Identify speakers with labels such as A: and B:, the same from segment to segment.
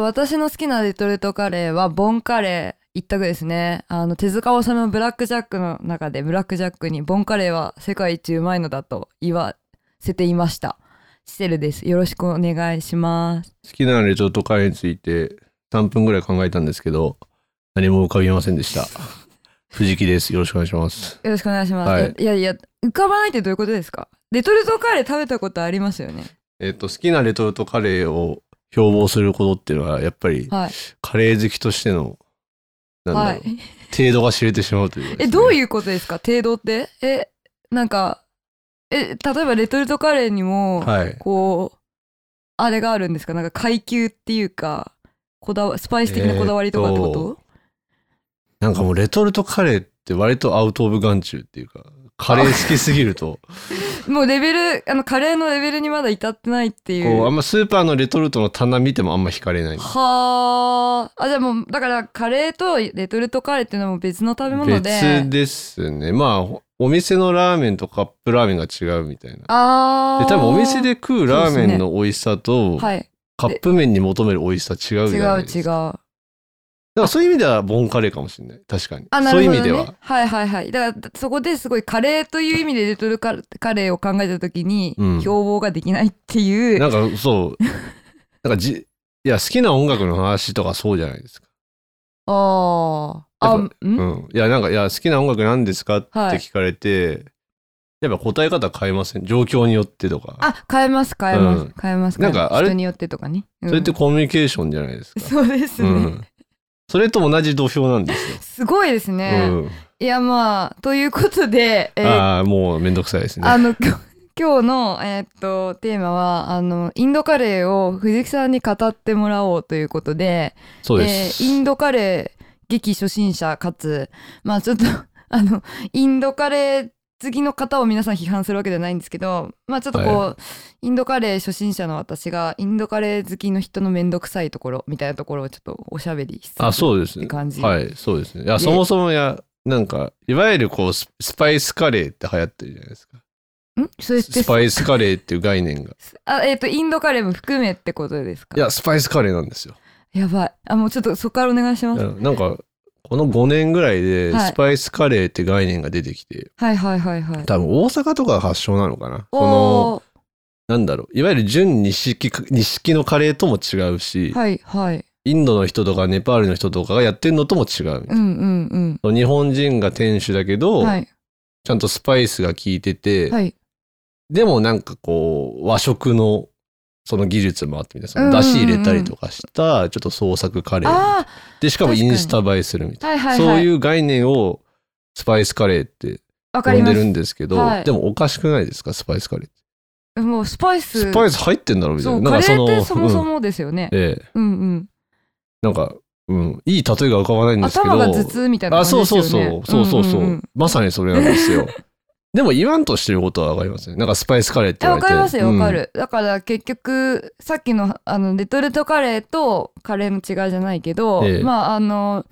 A: 私の好きなレトルトカレーはボンカレー一択ですねあの手塚治虫のブラック・ジャックの中でブラック・ジャックにボンカレーは世界一うまいのだと言わせていましたシセルですよろしくお願いします
B: 好きなレトルトカレーについて3分ぐらい考えたんですけど何も浮かびませんで した藤木ですよろしくお願いします
A: よろしくお願いします、
B: はい
A: いやいや浮かばないってどういうことですかレトルトカレー食べたことありますよね
B: えっと好きなレトルトカレーを標榜することっていうのはやっぱり
A: はい
B: カレー好きとしてのなんだろう、
A: はい
B: 程度が知れてしまうという、
A: えどう
B: う
A: いうことですか程度ってえなんかえ例えばレトルトカレーにも、
B: はい
A: こうあれがあるんですかなんか階級っていうかこだわスパイス的なこだわりとかってこ
B: えー
A: と、
B: なんかもうレトルトカレーって割とアウト・オブ・眼中っていうかカレー好きすぎると
A: もうレベルあのカレーのレベルにまだ至ってないって いう
B: こうあんまスーパーのレトルトの棚見てもあんま惹かれない
A: はーあじゃあもうだからカレーとレトルトカレーっていうのはもう別の食べ物で
B: 別ですねまあお店のラーメンとカップラーメンが違うみたいな
A: ああ
B: で多分お店で食うラーメンの美味しさと、
A: はい
B: カップ麺に求める美味しさ違う
A: 違
B: じゃな
A: う
B: いです
A: 違
B: か
A: うあ
B: だからそういう意味ではボンカレーかもしれない確かに
A: な
B: そうい
A: る
B: う
A: ほ
B: 意
A: ど
B: 味で
A: ね
B: は
A: はいはいはいだからそこですごいカレーという意味でレトルトカレーを考えた時に
B: うん
A: 標榜ができないっていう、
B: なんかそうなんかじいや好きな音楽の話とかそうじゃないですか、
A: あああ
B: やっ
A: ん
B: ぱうん、いやなんかいや好きな音楽なんですかって
A: はい
B: 聞かれて、やっぱ答え方変えません状況によってとか
A: あ変えます変えます、
B: うん
A: 変えます
B: なんか
A: 変えます
B: あれ
A: 人によってとかね、うん
B: それってコミュニケーションじゃないですか
A: そうですね、
B: うん、それと同じ土俵なんですよ。
A: すごいですね、
B: うん
A: いやまあということで、えー
B: ああもうめんどくさいですね。
A: あのきょ 今日の、えーっとテーマはあのインドカレーを藤木さんに語ってもらおうということで
B: そうです。
A: えーインドカレー劇初心者かつまあちょっと あのインドカレー好きの方を皆さん批判するわけじゃないんですけどまあちょっとこう、インドカレー初心者の私がインドカレー好きの人の面倒くさいところみたいなところをちょっとおしゃべりしつつ
B: あそうです
A: って
B: ね。
A: 感じ、
B: はいそうですね。いや
A: で
B: そもそもやなんかいわゆるこうススパイスカレーって流行ってるじゃないですか。
A: んそれって
B: スパイスカレーっていう 概念が。
A: あえーっ、とインドカレーも含めってことですか
B: いやスパイスカレーなんですよ。
A: やばいあもうちょっとそこからお願いします
B: うんなんかこの5年ぐらいで
A: はい
B: スパイスカレーって概念が出てきて、
A: はいはいはいはい。
B: 多分大阪とかが発祥なのかな。この
A: お
B: なんだろういわゆる純錦錦のカレーとも違う
A: ー
B: し、
A: はいはい。
B: インドの人とかネパールの人とかがやってるのとも違うみたいな
A: うんうん
B: 日本人が店主だけ
A: う
B: ど、
A: ん。はい
B: ちゃんとスパイスが効いてて、
A: はい。
B: でもなんかこう和食のその技術もあってみたいな、
A: うんうんうん
B: だし入れたりとかしたちょっと創作カレー
A: あ
B: でしかも
A: 確
B: イ
A: かに
B: ンスタ映えするみ
A: あ
B: たい
A: はい
B: な、
A: はいはい。
B: そう
A: う
B: いう概念をスパイスカレーって
A: わか
B: 呼
A: り
B: ん
A: ま
B: でる
A: す。
B: んですけど
A: はい
B: でもおかしくないですかスパイスカレーって
A: もうスパイス。
B: スパイス入ってんだろみた
A: そ
B: いうな
A: カレ
B: なんか
A: ーってそもそ
B: うん
A: もですよね。
B: ええ
A: うんうん。
B: なんか、うん、いい例えが浮かばないんですけど
A: 頭が頭痛みたいな
B: あ
A: 感じ
B: そう
A: です
B: そ
A: よ
B: う
A: ね。
B: そうそうそうそう,、
A: んんん
B: まさにそれなんですよ でも言わんとしてることはわかりますねなんかスパイスカレーって
A: えわ
B: 言われて
A: かりますよ
B: うん
A: わかる、だから結局さっきのあのレトルトカレーとカレーの違いじゃないけど、
B: ええ
A: まああの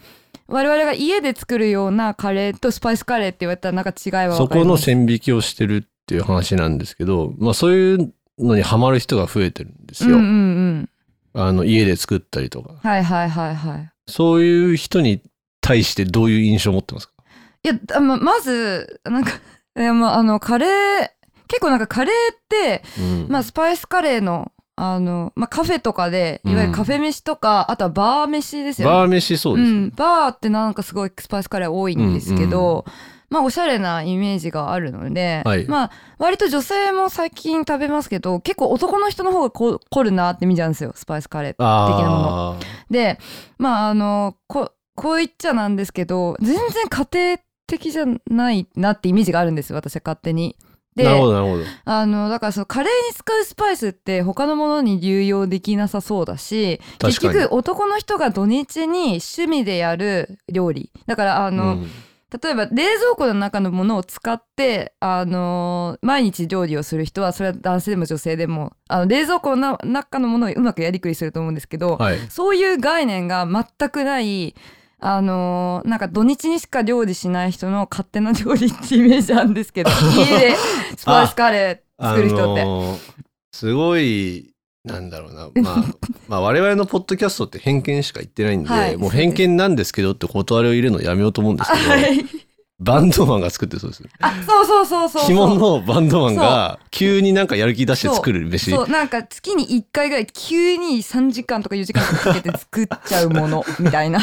A: 我々が家で作るようなカレーとスパイスカレーって言われたらなんか違いはわかります
B: そこの線引きをしてるっていう話なんですけどまあそういうのにハマる人が増えてるんですよ、
A: うんうんうん
B: あの家で作ったりとか
A: はいはいはいはい
B: そういう人に対してどういう印象を持ってますか
A: いやあままずなんかいや、まあ、あのカレー結構なんかカレーって、
B: うん
A: まあ、スパイスカレーのあの、まあ、カフェとかでいわゆるカフェ飯とか、あとはバー飯ですよね。
B: バー飯そうです
A: う
B: ね、
A: ん、バーってなんかすごいスパイスカレー多いんですけど、まあおしゃれなイメージがあるので、
B: はい
A: まあ割と女性も最近食べますけど結構男の人の方がこ凝るなって見ちゃうんですよスパイスカレーって的なもの
B: ああ
A: でまああのここう言っちゃなんですけど全然家庭的じゃないなってイメージがあるんです私は勝手に。で
B: なるほどなるほど
A: あのだからそのカレーに使うスパイスって他のものに流用できなさそうだし結
B: 確かに
A: 局男の人が土日に趣味でやる料理だからあの、
B: うん
A: 例えば冷蔵庫の中のものを使って、あのー毎日料理をする人はそれは男性でも女性でもあの冷蔵庫の中のものをうまくやりくりすると思うんですけど、
B: はい
A: そういう概念が全くない、あのーなんか土日にしか料理しない人の勝手な料理ってイメージなん ですけど家でスパイスカレー作る人って。
B: あのーすごいなんだろうな、 まあ、まあ我々のポッドキャストって偏見しか言ってないんで、
A: はい
B: もう偏見なんですけどって断りを入れるのやめようと思うんですけど、
A: はい
B: バンドマンが作ってそうです。
A: あそうそうそうそうそう
B: 着物のバンドマンが急になんかやる気出して作る飯。
A: そうなんか月に1回ぐらい急に3時間とか4時間とかかけて作っちゃうものみたい な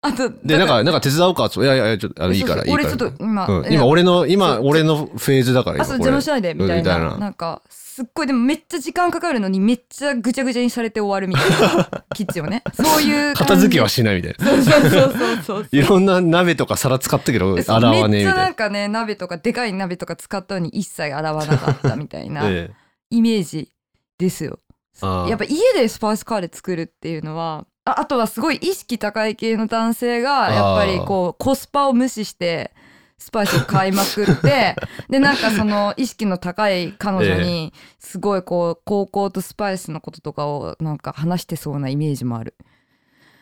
A: あと
B: で、なんか、なんか手伝おうか、そういやいやいや、ちょっと、あの、いいから、いいから。
A: 俺ちょっと今、
B: うん、今、俺の、今、俺のフェーズだから、
A: あそう
B: 今、こ
A: 邪魔
B: れ
A: し。ないでみたいな
B: うんみたいな
A: なんかすっごいでもめっちゃ時間かかるのにめっちゃぐちゃぐちゃにされて終わるみたい なキッチンをねそういう感じ
B: 片付けはしないみたいな。
A: そうそうそうそう
B: いろんな鍋とか皿使ったけど、
A: そう
B: 洗わね
A: め
B: え
A: っ
B: み
A: ちゃ
B: た
A: ないんかね鍋とかでかい鍋とか使ったのに一切洗わなかったみたい
B: な。
A: な
B: ええ
A: イメージですよ
B: ああ
A: やっぱ家でスパイスカレー作るっていうのはああとはすごい意識高い系の男性が
B: あー
A: やっぱりこうコスパを無視してスパイスを買いまくって でなんかその意識の高い彼女にすごいこう高校とスパイスのこととかをなんか話してそうなイメージもある。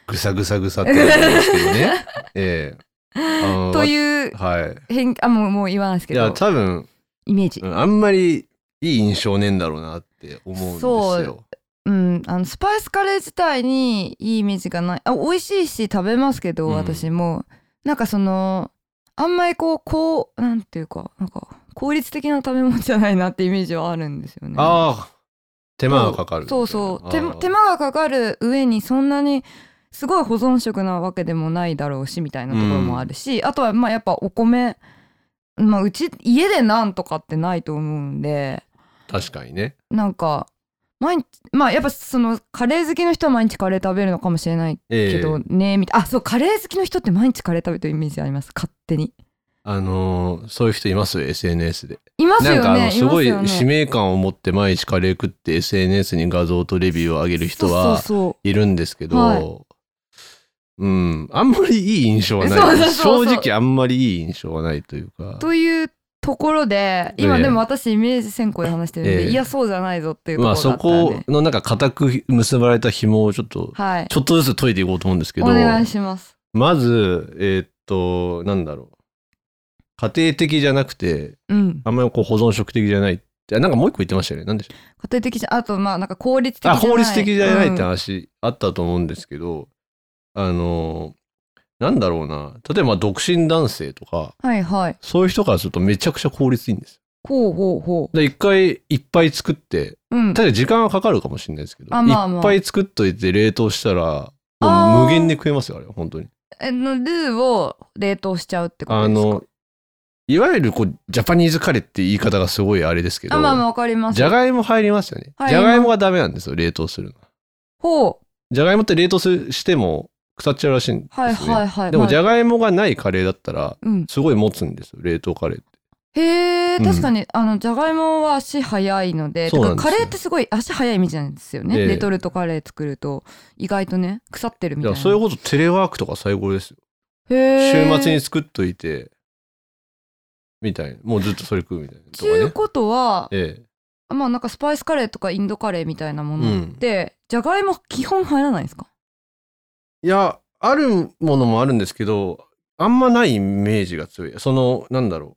B: ぐさぐさぐさってやつですけどね。ええあ の
A: という
B: はい。
A: 変あもうもう言わないですけ
B: いや、
A: ど
B: 多分、
A: イメージ
B: う。んあんまりいい印象ねえんだろうなって思うんです
A: そう
B: よ。
A: うん、あのスパイスカレー自体にいいイメージがないあ美味しいし食べますけど、
B: うん
A: 私もなんかそのあんまりこうこうなんていうかなんか効率的な食べ物じゃないなってイメージはあるんですよね。
B: ああ、手間がかかる。
A: そうそう手
B: ああ
A: 手間がかかる上にそんなにすごい保存食なわけでもないだろうしみたいなところもあるし、あとはまあやっぱお米、まあ、うち家でなんとかってないと思うんで。
B: 確かにね。
A: なんか毎日まあやっぱそのカレー好きの人は毎日カレー食べるのかもしれない
B: ええ
A: けどね、みたいあそうカレー好きの人って毎日カレー食べてるイメージあります勝手に
B: あのーそういう人いますよ SNS で。
A: いますよ
B: なん
A: ね
B: かあのすごい
A: ますよね
B: 使命感を持って毎日カレー食って SNS に画像とレビューを上げる人は
A: そう
B: いるんですけど、
A: はい
B: うん、あんまりいい印象はない。
A: そうそうそうそう
B: 正直あんまりいい印象はないというか
A: そうそう。というところで今
B: ええ
A: でも私イメージ先行で話してるんで、
B: ええ
A: いやそうじゃないぞっていうとこ
B: ま
A: ろ
B: あ
A: だったん
B: そ
A: で、
B: このなんか固く結ばれた紐をちょっと、
A: はい
B: ちょっとずつ解いていこうと思うんですけ
A: お
B: ど、
A: 願いします
B: まず、えーっと、なんだろう。家庭的じゃなくて、
A: うん
B: あんまりこう保存食的じゃない。あなんかもう一個言ってましたよね。なんでしょう
A: 家庭的じゃあとまあなんか効率的じゃ
B: あ
A: ない
B: 法律的じゃないって
A: うん
B: 話あったと思うんですけど、あのなんだろうな例えば独身男性とか
A: はいはい
B: そういう人からするとめちゃくちゃ効率いいんです
A: ほうほうほ
B: よで一回いっぱい作って
A: ううん
B: ただ時間はかかるかもしれないですけど、
A: あまあまあ
B: いっぱい作っといて冷凍したら
A: あー
B: もう無限で食えますよあれは本当に
A: えのルーを冷凍しちゃうってことです
B: あ
A: か
B: のいわゆるこうジャパニーズカレーって言い方がすごいあれですけど
A: あまあまあわかります
B: じゃがいも入りますよね
A: 入ります
B: じゃがいもがダメなんですよ冷凍するの
A: ほう
B: じゃがいもって冷凍すしても腐っちゃうらしいんですね、
A: はいはいはい
B: でもじゃ
A: が、
B: がいもがないカレーだったら
A: うん、
B: すごい持つんですよ冷凍カレーって
A: へえ
B: うん
A: 確かに、あのじゃがいもは足早いので
B: そうなん
A: て
B: で
A: か
B: すよ
A: カレーってすごい足早いみたいなんですよね、
B: ええ
A: レトルトカレー作ると意外とね腐ってるみ
B: だ
A: たい
B: から
A: な
B: そういうことテレワークとか最高ですよ
A: へー
B: 週末に作っといてみたいなもうずっとそれ食うみたいなと
A: という
B: かね
A: ことは
B: え
A: まあなんかスパイスカレーとかインドカレーみたいなものって、じゃがいも基本入らないんですか
B: えいやあるものもあるんですけどあんまないイメージが強いそのなんだろ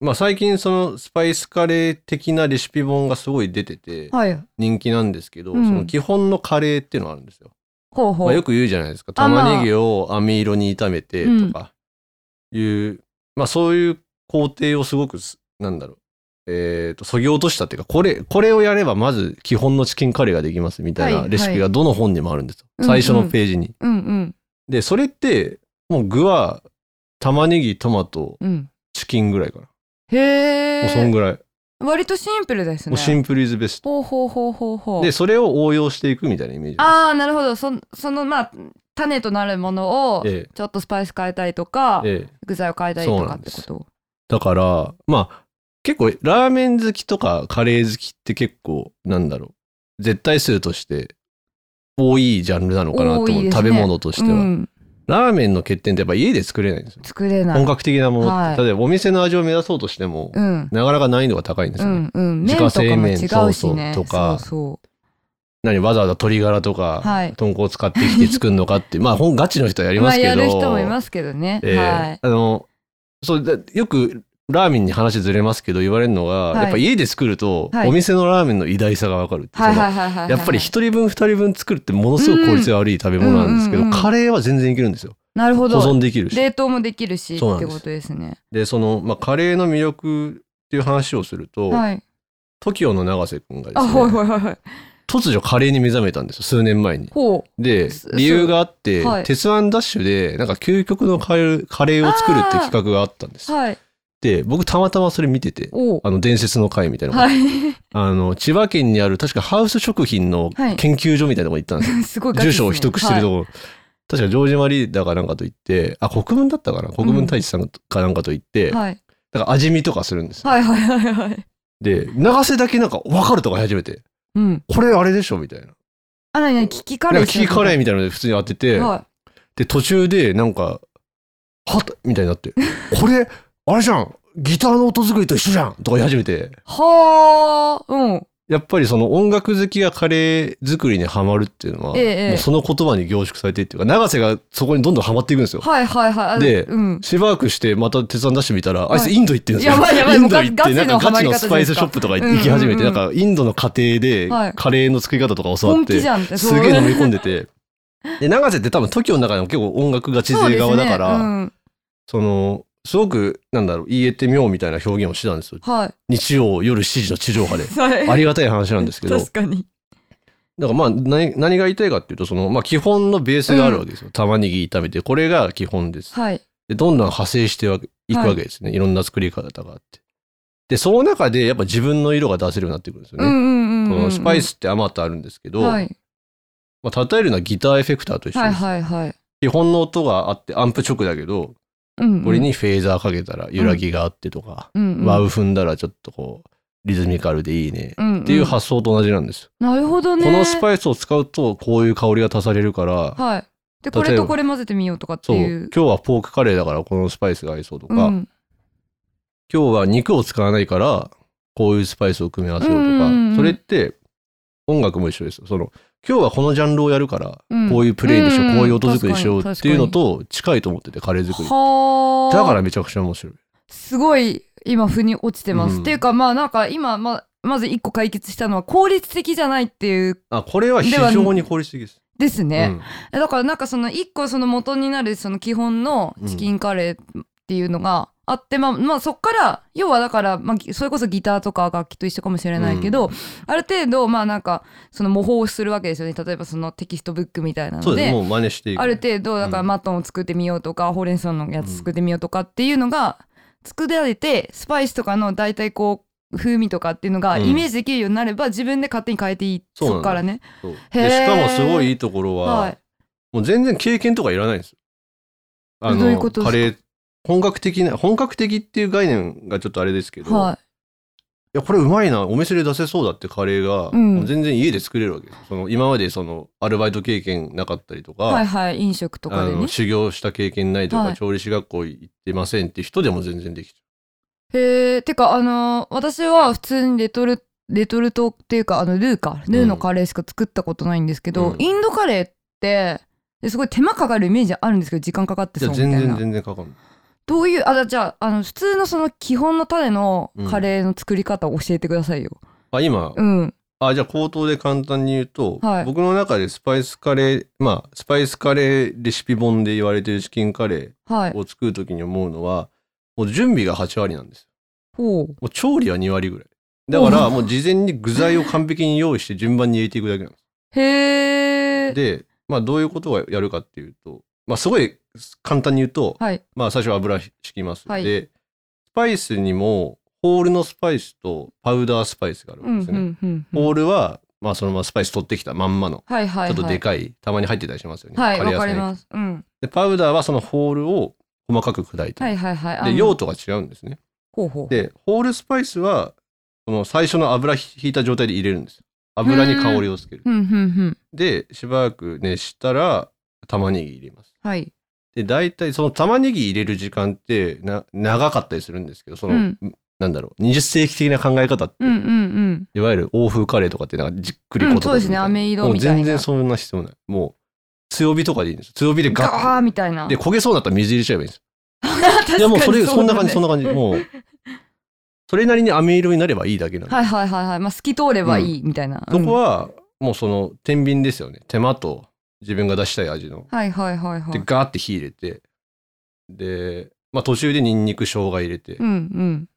B: うまあ最近そのスパイスカレー的なレシピ本がすごい出てて
A: はい
B: 人気なんですけど、
A: うん
B: その基本のカレーっていうのがあるんですよ
A: ほうほう、
B: まあ、よく言うじゃないですか
A: あまあ
B: 玉ねぎを飴色に炒めてとかいう、まあそういう工程をすごくすなんだろうえー、とそぎ落としたっていうかこれこれをやればまず基本のチキンカレーができますみたい
A: は
B: ないレシピがどの本にもあるんですよ、
A: うんうん
B: 最初のページに。
A: うんうん
B: でそれってもう具は玉ねぎトマト
A: うん
B: チキンぐらいかな、
A: へ
B: もうそん
A: え
B: ぐらい、
A: 割とシンプルです
B: も
A: ね
B: うシンプルイズベスト
A: ほうほうほうほうほう
B: でそれを応用していくみたいなイメージ
A: ああなるほどそそのまあ種となるものを
B: え
A: ちょっとスパイス変えたりとか、
B: えええ
A: 具材を変えたりとかってこと
B: だからまあ結構ラーメン好きとかカレー好きって結構なんだろう絶対数として多いジャンルなのかなと
A: 多い
B: 思う、
A: ですね
B: 食べ物としては、
A: うん、
B: ラーメンの欠点ってやっぱ家で作れないんですよ
A: 作れない
B: 本格的なものって、
A: はい
B: 例えばお店の味を目指そうとしても、
A: うん
B: なかなか難易度が高いんです
A: う
B: よね、
A: んうん麺
B: 自
A: とか
B: 家製
A: も違
B: 麺
A: うしね
B: そうそうとか
A: そう
B: 何わざわざ鶏ガラとか、
A: はい
B: 豚骨使ってきて作るの かってまあ本ガチの人はや
A: そ
B: り
A: うまあ
B: ますけど、
A: やる人もいますけどね、
B: ええ
A: はい
B: あのそうだよくラーメンに話ずれますけど言われるのが、
A: はい
B: やっぱ家で作ると、
A: はい
B: お店のラーメンの偉大さがわかるって、
A: はい
B: そ
A: は
B: の
A: いはいはいはい
B: やっぱり一人分二人分作るってものすごく効率が悪い食べ物なんですけど、
A: うんうんうん
B: カレーは全然いけるんですよ
A: なるほ
B: 保
A: ど
B: 存できるし
A: 冷凍もできるしって
B: そうなん
A: こ
B: です
A: とですね
B: でその、まあ、カレーの魅力っていう話をすると、
A: はい
B: TOKIO の永瀬君がで
A: あ
B: す
A: はい
B: ね
A: はいはいはい
B: 突如カレーに目覚めたんですよ数年前に。
A: ほう
B: です理由があって「
A: はい
B: 鉄腕ダッシュ」でなんか究極のカレーカレーを作るって企画があったんです。
A: はい
B: で僕たまたまそれ見てて
A: おう
B: あの伝説の会みたいなのが、
A: はい
B: あの千葉県にある確かハウス食品の
A: はい
B: 研究所みたいなとこ行ったんですよ、
A: すごいガチで
B: 住
A: すね
B: 所を秘匿してるところ、確かジョージ・マリーダかなんかと言ってあ国分だったかな国分太一さんかなんかと言って、
A: はい
B: なんか味見とかするんですよ、
A: はいはいはいはいはい
B: で永瀬だけなんか分かるとか始めて
A: うん
B: これあれでしょみたいな
A: あなになにキキカ
B: な
A: レ
B: ん
A: ー
B: かキーカレーみたいなので普通に当てて、
A: は
B: で途中でなんか「はっ」みたいにな って「これあれじゃんギターの音作りと一緒じゃん!」とか言い始めて
A: いはあうん
B: やっぱりその音楽好きがカレー作りにはまるっていうのは、
A: ええええ
B: もうその言葉に凝縮されてっていうか永瀬がそこにどんどんはまっていくんですよ。
A: はいはいはいあ
B: で
A: うん
B: しばらくしてまた鉄腕出してみたら、
A: はい
B: あいつインド行ってるんですよ。
A: やばいやばい
B: インド行っ
A: もうガ
B: て、なんか
A: ガチのハ
B: ガ
A: マ
B: チ
A: り方
B: の
A: です
B: ス
A: か
B: パイスショップとか行き始めて、なんかインドの家庭で
A: はい
B: カレーの作り方とか教わっ
A: 本
B: て
A: 気じ、ゃんって
B: すげえ飲み込んでて。で、永瀬って多分 TOKIO の中でも結構音楽がち勢側だから、
A: そ
B: そ,、
A: う
B: の、すごく、なんだろう、言えてみようみたいな表現をしてたんですよ。日曜夜7時の地 上波で
A: で。すねうんはい
B: あ
A: はい
B: りがたい話なんですけど、だ
A: 確かに
B: からまあ何、何が言いたいかっていうと、その、まあ基本のベースがあるわけですよ。玉ねぎ炒めて、これが基本です。
A: はい
B: で、どんどん派生してわけいくわけですね。いろんな作り方があって。で、その中でやっぱ自分の色が出せるようになってくるんですよ
A: う
B: ね。
A: んうんうん
B: こ
A: うんうん
B: のスパイスってあまたあるんですけど、
A: はい
B: まあ、例えるのはギターエフェクターと一緒
A: はい
B: です。
A: はいはい
B: 基本の音があってアンプ直だけど
A: うんうん
B: これにフェーザーかけたら揺らぎがあってとか、
A: うんうん
B: ワウ踏んだらちょっとこうリズミカルでいいね
A: っ
B: っていう発想と同じなんですよ、
A: なるほどね
B: このスパイスを使うとこういう香りが足されるから、
A: はいで
B: 例えば
A: これとこれ混ぜてみようとかって
B: そう
A: いう
B: 今日はポークカレーだからこのスパイスが合いそうとか、
A: うん
B: 今日は肉を使わないからこういうスパイスを組み合わせようと
A: う
B: か、
A: んうんうん
B: それって音楽も一緒ですよその今日はこのジャンルをやるから
A: うん
B: こういうプレイにしよう、
A: うんうん
B: こういう音作りにしようっていうのと近いと思っててカレー作り
A: はあ
B: だからめちゃくちゃ面白い。
A: すごい今腑に落ちてます、
B: うん
A: っていうかまあなんか今ままず一個解決したのは効率的じゃないっていう
B: あこれは非常に効率的です。
A: ですね、
B: うん
A: だからなんかその一個その元になるその基本のチキンカレーっていうのがあって、まあ、まあそっから要はだから、まあ、ぎそれこそギターとか楽器と一緒かもしれないけど、ある程度まあなんかその模倣するわけですよね例えばそのテキストブックみたいな
B: そ
A: の
B: うです
A: で。
B: もう真似していく。
A: ある程度だから
B: うん
A: マットンを作ってみようとか、ほうれん草のやつ作ってみようとかっていうのが作られてスパイスとかの大体こう風味とかっていうのが
B: うん
A: イメージできるようになれば自分で勝手に変えていい
B: そうな
A: そ
B: んです
A: っからね
B: そう
A: へー
B: でしかもすごいいいところは、
A: はい
B: もう全然経験とかいらないんですよ。あ
A: どういうことですか
B: カレー本格的な本格的っていう概念がちょっとあれですけど、い
A: は、
B: やこれうまいなお店で出せそうだってカレーが、
A: うん
B: もう全然家で作れるわけです。その今までそのアルバイト経験なかったりとか。
A: い、はいはい飲食とか
B: あ
A: でね
B: の修行した経験ないとか、
A: はい
B: 調理師学校行ってませんって人でも全然できちゃ
A: へえてかあのー私は普通にレトルレトルトっていうかあのルーかルーのカレーしか作ったことないんですけど、
B: うん
A: インドカレーってですごい手間かかるイメージあるんですけど時間かかって
B: う。い
A: そう
B: や
A: みたい
B: 全然
A: な
B: 全然かかんない。
A: どういうあじゃああの普通のその基本の種のカレーの作り方を教えてくださいよ。
B: あ今、
A: うん、
B: あ、じゃあ口頭で簡単に言うと、
A: はい
B: 僕の中でスパイスカレー、まあ、スパイスカレーレシピ本で言われてるチキンカレ
A: はい
B: ー。を作るときに思うのは、もう準備が8割なんですよ。
A: ほう
B: もう調理は2割ぐらい。だから、もう事前に具材を完璧に用意して順番に入れていくだけなんで
A: へ え。
B: す。で、まあ、どういうことをやるかっていうと、まあ、すごい簡単に言うと、
A: はい
B: まあ、最初油敷きます。
A: はい
B: で、スパイスにも、ホールのスパイスとパウダースパイスがあるわ
A: うんう
B: けですね。
A: んうんうん。
B: ホールは、まあ、そのままスパイス取ってきたまんまの、
A: はいはいは
B: ち
A: い。
B: ょっとでかい、たまに入ってたりしますよね。
A: はい
B: カレー
A: わか
B: 屋さん
A: り
B: に
A: ます。うん。
B: で、パウダーはそのホールを細かく砕いて、
A: はいはいはい。あの
B: で、用途が違うんですね。
A: ほうほう。
B: で、ホールスパイスは、この最初の油引いた状態で入れるんですよ。油に香りをつける。
A: うんうんうん。
B: で、しばらく熱したら、玉ねぎ入れます。
A: はい。
B: で、大体その玉ねぎ入れる時間ってな、長かったりするんですけど、その、
A: うん
B: なんだろう、20世紀的な考え方って、
A: うんうんうん。
B: いわゆる欧風カレーとかってなんかじっくり
A: うん
B: コトコ
A: そう
B: ト
A: ですね飴色みたいな
B: もう全然そんな必要ないもう強火とかでいいんです強火でガ
A: ガ
B: ッ
A: ーみたいな。
B: で焦げそうになったら水入れちゃえばいいんです
A: 確かに
B: いやもうそれそんな感じそん
A: な。
B: な感じもうそれなりに飴色になればいいだけなんで、
A: はいはいはいはいまあ透き通ればいいみたいな、
B: そこはもうその天秤ですよね手間と自分が出したい味
A: う
B: の
A: ん、はいはいはいは
B: で
A: い
B: ガーって火入れてで、まあ、途中でニンニク生姜入れて
A: う、んうん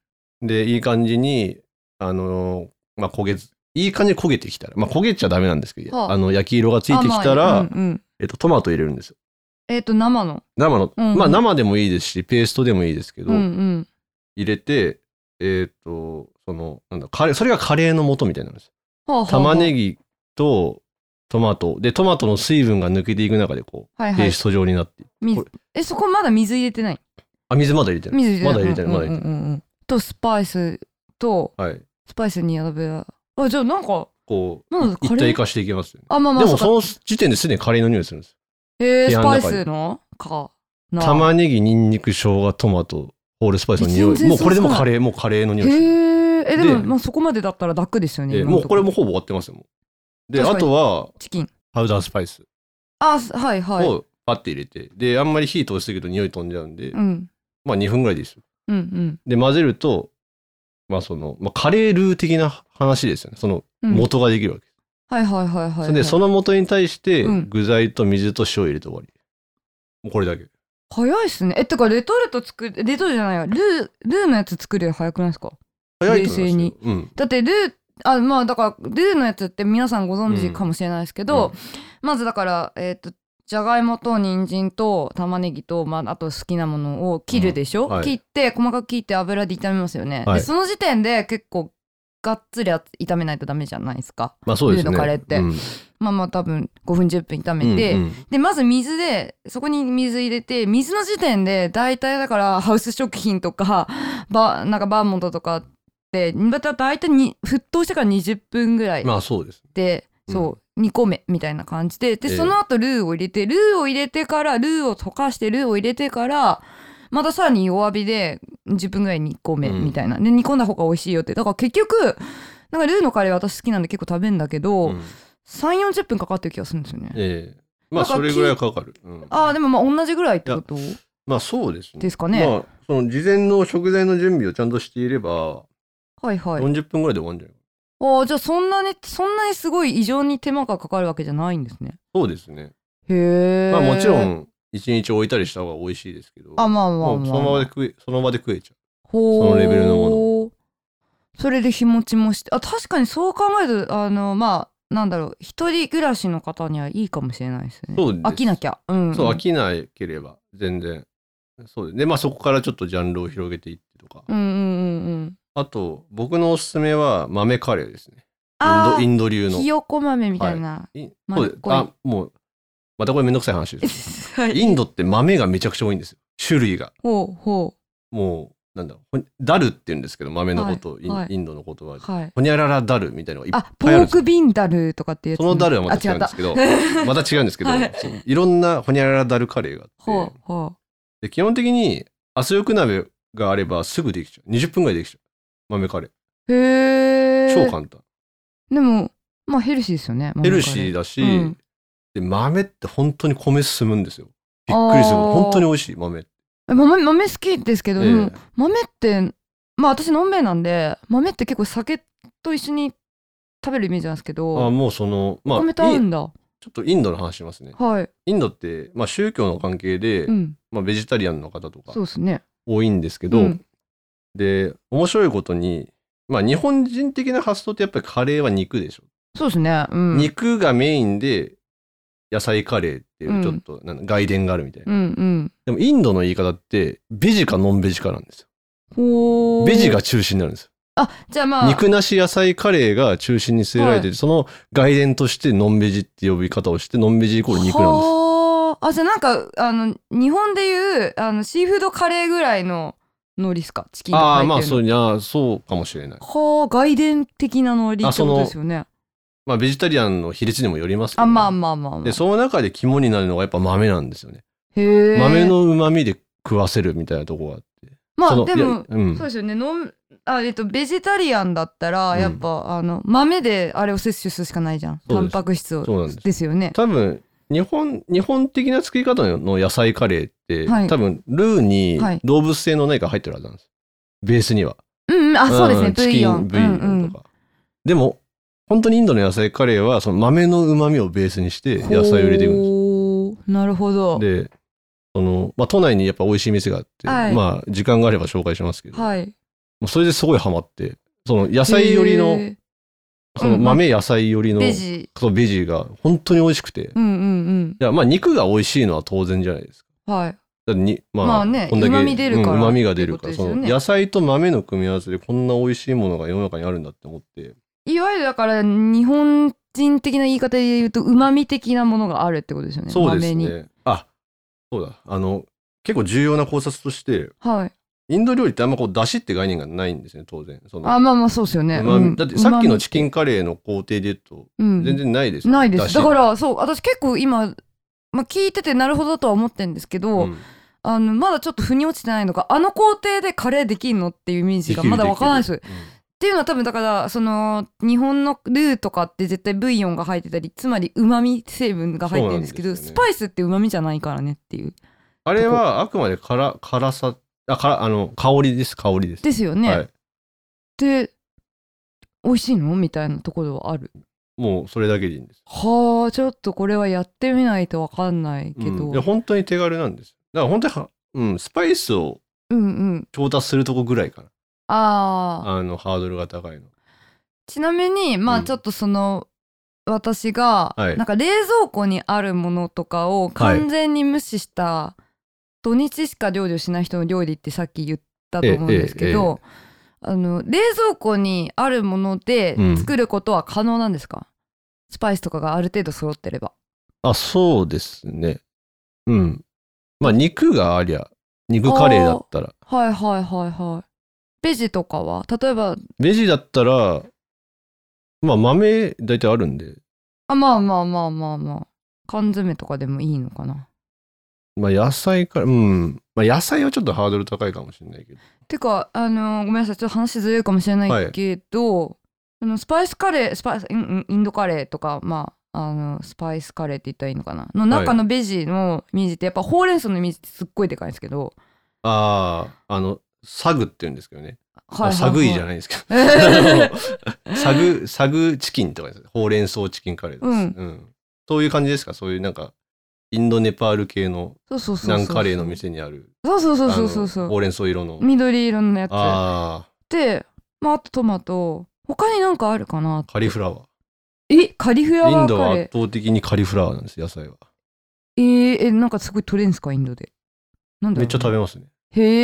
B: でいい感じにあのーまあ焦げずいい感じに焦げてきたら、まあ、焦げちゃダメなんですけど、
A: はあ
B: あの焼き色がついてきたら、
A: あまあうんうん
B: えっと、トマト入れるんですよ
A: えっ、と生の
B: 生の、
A: うんうん
B: まあ生でもいいですしペーストでもいいですけど、
A: うんうん
B: 入れてえっ、とそのなんだカレーそれがカレーの素みたいなんです
A: ほうほうほう
B: 玉ねぎとトマトでトマトの水分が抜けていく中でこう、
A: はいは
B: ペ
A: い
B: ースト状になって
A: 水
B: こ
A: えそこまだ水入れてない
B: あ水まだ入れてない
A: 水入れてない
B: まだ入れてないまだ
A: うんう
B: 入れ
A: ん
B: て
A: うんうんとスパイスと
B: ない、はい
A: スパイスに選べばあじゃあなんか
B: こう
A: なんだカ
B: 一
A: レ
B: 体
A: ー
B: 化していけますよね
A: あまあまあ
B: でも
A: うか
B: その時点ですでにカレーの匂いするんです
A: えー、
B: 部
A: ス
B: 屋の
A: パイ
B: 中
A: ス
B: に
A: のかな
B: 玉ねぎにんにく生姜トマトホールスパイスの匂
A: 全
B: い
A: 然
B: もうこれでも
A: そうそう
B: カレーもうカレーの匂いする
A: へええでも
B: で
A: まあ、そこまでだったら楽ですよね、
B: で
A: 今の
B: もう
A: と
B: こ
A: こ
B: れ
A: ろ
B: もほぼ終わってますよもうであ
A: 確かに
B: とは
A: チキン
B: パウダースパイス
A: あすはいはい、
B: をパッて入れて、であんまり火通しすぎると匂い飛んじゃうんで、
A: うん、
B: まあ2分ぐらいでいいですよ
A: うんうん
B: で混ぜるとまあその、まあ、カレールー的な話ですよねその
A: うん
B: 元ができるわけ、
A: はいはいはいはいはい、
B: それでその元に対して
A: うん
B: 具材と水と塩を入れて終わり、もうこれだけ
A: 早いっすねえってかレトルト作るレトルトじゃないよルールーのやつ作るより早くないですか
B: 早いと思いますよ
A: 冷静に
B: うん
A: だってルーあまあだからルーのやつって皆さんご存知かもしれないですけど、
B: うん
A: まずだからえっ、とじゃがいもと人参と玉ねぎと、まあ、あと好きなものを切るでしょ、
B: うんはい
A: 切って細かく切って油で炒めますよね、
B: はい
A: でその時点で結構がっつり炒めないとダメじゃないですか
B: まあそうです
A: ル
B: ね
A: ーのカレーって
B: うん
A: まあまあ多分5分10分炒めて、
B: うんうん
A: でまず水でそこに水入れて水の時点で大体だからハウス食品とかバなんかバーモントとかってまた大体に沸騰してから20分ぐらい
B: まあそうです
A: で、
B: うん
A: そう2個目みたいな感じでで、
B: ええ
A: その後ルーを入れてルーを入れてからルーを溶かしてルーを入れてからまたさらに弱火で10分ぐらい煮込め
B: うん
A: みたいな、で煮込んだ方が美味しいよってだから結局なんかルーのカレー私好きなんで結構食べるんだけど、
B: うん
A: 3 4 0分かかってる気がするんですよね。
B: ええま
A: な
B: あ
A: んか
B: それぐらいはかかる、うん
A: ああでもまあ同じぐらいってこと
B: まあそうですね
A: ですかね
B: まあその事前の食材の準備をちゃんとしていれば
A: はいはい。
B: 40分ぐらいで終わるんじゃないか
A: ああじゃあそんなにそんなにすごい異常に手間がかかるわけじゃないんですね。
B: そうですね
A: へえ。
B: まあもちろ。ん一日置いたりした方が美味しいですけど
A: あまあまあ
B: もう
A: まあ。
B: その場で食えその場で食えちゃ
A: ほう
B: そのレベルのも
A: それで日持ちもしてあ確かにそう考えるとあのまあなんだろう一人暮らしの方にはいいかもしれないですね。
B: そうです
A: 飽きなきゃ。うん、
B: う、そう飽きなければ全然そうですでまあそこからちょっとジャンルを広げていってとか、
A: うんうんうんうん。
B: あと僕のおすすめは豆カレーですねイン
A: あ
B: ドインド流
A: あ
B: の
A: ひよこ豆みたいな。
B: いそ
A: 豆
B: うですあもうまたこれめんどくさい話です
A: はい
B: インドって豆がめちゃくちゃ多いんですよ種類が
A: ほうほ
B: もうなんだろうほダルって言うんですけど豆のことを、
A: はいはい
B: インインドの言葉
A: う
B: で
A: はい。
B: ほにゃららダルみたいなのがいっ
A: あポ
B: ぱいある
A: ー
B: んですよ
A: クビンダルとかっていうやつ
B: そのダルはまた違うんですすけど
A: け
B: また違うんですけど、
A: はい
B: そういろんなほにゃららダルカレーがあっ
A: ほ
B: て
A: うほ
B: で基本的に圧力鍋があればすぐできちゃう20分ぐらいできちゃう豆カレー
A: うへえ
B: 超簡単
A: でもまあヘルシーですよね
B: ヘルシー
A: だ
B: だし、
A: うん
B: で豆って本当に米進むんですよびっくりする
A: あー
B: 本当に美味しい豆って、
A: 豆豆好きですけど、
B: ええ
A: でも豆ってまあ私のんべえなんで豆って結構酒と一緒に食べるイメージなんですけ
B: あ
A: ど
B: もうそのまあ
A: 米
B: い
A: と合うんだ
B: ちょっとインドの話しますね
A: はい
B: インドって、まあ、宗教の関係で、
A: うん
B: まあ、ベジタリアンの方とか
A: そうですね
B: 多いんですけど、
A: うん
B: で面白いことに、まあ、日本人的な発想ってやっぱりカレーは肉でしょ
A: そうですねうん
B: 肉がメインで野菜カレーっていうちょっとなんだ外伝があるみたいな、
A: うんうん
B: でもインドの言い方ってベジかノンベジかなんです
A: ほ
B: よ
A: う
B: ベジが中心になるんですよ
A: じゃあまあ
B: 肉なし野菜カレーが中心に据えられてて、その外伝としてノンベジって呼び方をしてノンベジイコール肉なんです
A: はああじゃあなんかあの日本でいうあのシーフードカレーぐらいの海苔ですかチキンとか
B: あ
A: 入
B: あ
A: ってるの
B: まあそういやそうかもしれない
A: はあ外伝的なノリってことですよね
B: まあベジタリアンの比率にもよりますけど
A: あまあまあまあ、まあ、
B: でその中で肝になるのがやっぱ豆なんですよね、
A: へえ
B: 豆の旨味で食わせるみたいなとこがあって
A: ま
B: そ
A: あ
B: の
A: で
B: いや
A: も
B: うん
A: そうですよねのんあえっとベジタリアンだったら
B: うん
A: やっぱ、あの豆であれを摂取するしかないじゃん
B: そ
A: タ
B: うで
A: ン
B: す
A: パク質を
B: そうなんです
A: ですよね
B: 多分日本日本的な作り方の野菜カレーって、
A: はい
B: 多分ルーに
A: はい
B: 動物性の何か入ってるはずなんです、ベースには
A: うんうんうんあそうですね
B: ん
A: ブイヨン
B: チキブイヨンとか、
A: うんうん
B: でも本当にインドの野菜カレーはその豆のうまみをベースにして
A: ほう
B: 野菜を入れていくんです
A: なるほど
B: でその、まあ、都内にやっぱ美味しい店があって、
A: はい
B: まあ時間があれば紹介しますけど、
A: はい
B: もうそれですごいハマってその野菜寄り
A: へ
B: の
A: ー
B: その
A: うん
B: 豆野菜寄りの
A: ベジ
B: そうベジが本当に美味しくて、い
A: うんうん
B: やまあ肉が美味しいのは当然じゃないですか。
A: うんはい
B: だってにまあ、
A: まあね
B: こんだけ
A: 旨味出るから
B: うん、旨味が出るか
A: っ
B: ら
A: てことですよ
B: そ
A: ね
B: の野菜と豆の組み合わせでこんな美味しいものが世の中にあるんだって思って
A: いわゆるだから日本人的な言い方で言うとうまみ的なものがあるってことですよね
B: そうです
A: 豆に
B: ねあそうだあの結構重要な考察として
A: はい
B: インド料理ってあんまこう出汁って概念がないんですね当然その
A: あまあまあそうですよね
B: うまみ
A: うん
B: だってさっきのチキ
A: う
B: ンカレーの工程で言うと
A: まみうん
B: 全然ないですよ、
A: ないで
B: 出
A: す
B: 汁
A: だからそう私結構今、まあ、聞いててなるほどとは思ってんですけど、
B: うん
A: あのまだちょっと腑に落ちてないのがあの工程でカレーできんのっていうイメージがまだわからないです
B: で
A: っ
B: きるできる
A: ていうのは多分だからその日本のルーとかって絶対ブイヨンが入ってたりつまりうまみ成分が入ってるんですけど
B: そうなんです
A: ス
B: よね
A: パイスってうまみじゃないからねっていう
B: あれはあくまで辛辛さあからあの香りです香りです
A: ですよね、
B: はい、
A: で美味しいのみたいなところはある
B: もうそれだけでいいんです
A: はあちょっとこれはやってみないとわかんないけど、
B: うん
A: う
B: い
A: ん、う
B: や
A: ん
B: 本当に手軽なんですだから本当には、うん、スパイスを調達するとこぐらいかな
A: ああ
B: あのハードルが高いの
A: ちなみにま
B: う
A: あ
B: ん
A: ちょっとその、私が、
B: はい
A: なんか冷蔵庫にあるものとかを完全に無視した、土日しか料理をしない人の料理ってさっき言ったと思うんですけど、あの冷蔵庫にあるもので
B: うん
A: 作ることは可能なんですか、スパイスとかがある程度揃ってれば
B: あそうですねうんまあ肉がありゃ肉カレーだったら
A: はいはいはいはいベジとかは例えば
B: ベジだったらまあ豆大体あるんで
A: あまあまあまあまあまあ缶詰とかでもいいのかな
B: まあ野菜からうんまあ野菜はちょっとハードル高いかもしれないけど
A: てかあのーごめんなさいちょっと話ずれるかもしれないけど、あのスパイスカレースパイスインインドカレーとかまああのスパイスカレーって言ったらいいのかなの中のベジのイメージってやっぱほうれん草のイメージってすっごいでかいんですけど、
B: あああのサグって言うんですけどね、
A: は
B: あサグイじ
A: ない
B: ゃないですけど
A: え
B: あのサグサグチキンとかですほうれん草チキンカレーです、
A: うん
B: そういう感じですかそういうなんかインドネパール系の
A: そうそうそうそう
B: ナンカレーの店にある
A: そうそうそうそうそうそ
B: あのほ
A: う
B: うれん草色の
A: 緑色のやつ
B: あ
A: でまああとトマト他になんかあるかな
B: あカリフラワ
A: えカリフラ
B: ーイ
A: ワ
B: ン
A: ー
B: ド
A: カ
B: は
A: レ
B: 圧
A: ー
B: 倒的にカリフラワーなんです野菜は
A: えー、えなんかすごい取れんすかインドでなんだ
B: め
A: ろう
B: っちゃ食べますね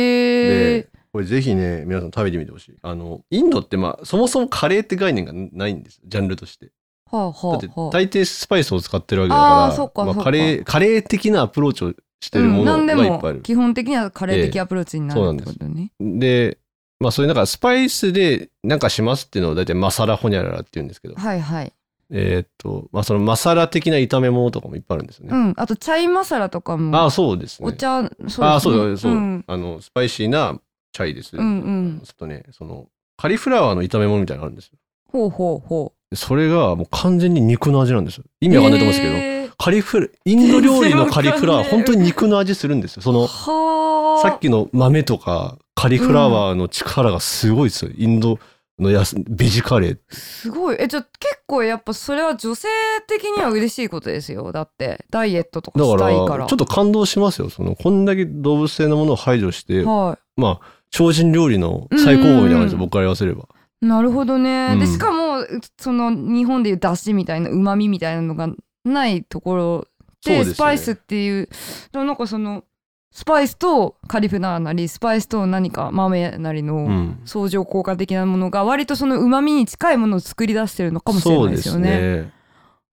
A: へえ
B: でこれぜひね皆さん食べてみてほしいあのインドってまあそもそもカレーって概念がないんですジャンルとして
A: はあはあ
B: だ
A: は
B: って
A: あ
B: 大抵スパイスを使ってるわけだ
A: あーそっ
B: か
A: からそ
B: ま
A: っ
B: あ
A: か
B: カレーカレー的なアプローチをしてるもの
A: うん、
B: が
A: 何
B: い
A: で
B: っ
A: も
B: ぱいある
A: 基本的にはカレー的アプローチにな
B: ええ
A: る
B: そうな
A: って
B: んです
A: ことね。
B: で、まあ、それだからスパイスでなんかしますっていうのを大体マサラホニャララって言うんですけど、
A: はいはい。
B: えーっと、まあ、そのマサラ的な炒め物とかもいっぱいあるんですよ
A: う
B: ね。
A: ん。あとチャイマサラとかも
B: ああ、そうですね。
A: お茶そうですね
B: ああ、そうだ、そう、
A: ん
B: あの、スパイシーなチャイです。
A: うんうん
B: ちょっとね、その、カリフラワーの炒め物みたいなのあるんですよ。
A: ほうほうほう。
B: でそれがもう完全に肉の味なんですよ。意味わかんないと思うんですけど、
A: えー
B: カリフラ、インド料理のカリフラワー、
A: 全然わ
B: 本
A: か
B: 当
A: ん
B: に肉の味するんですよ。その、
A: はあ。
B: さっきの豆とかカリフラワーの力がすごいですよ。インドのやすベジカレー。
A: すごい。え、じゃあ結構やっぱそれは女性的には嬉しいことですよ。だってダイエットとか
B: だか
A: し
B: ら
A: たいから。
B: ちょっと感動しますよ。そのこんだけ動物性のものを排除して、
A: は
B: まあ超人料理の最高峰みたいな感じで
A: うんうんうん
B: 僕から言わせれば。
A: い。なるほどね。
B: うん
A: でしかもその日本でいう出汁みたいな旨味みたいなのがないところ
B: そう
A: で
B: ですね
A: スパイスっていうでもなんかそのスパイスとカリフラワーなりスパイスと何か豆なり
B: う
A: の
B: ん。
A: 相乗効果的なものが割とその旨味に近いものを作り出してるのかもしれないですよね。
B: そうですね。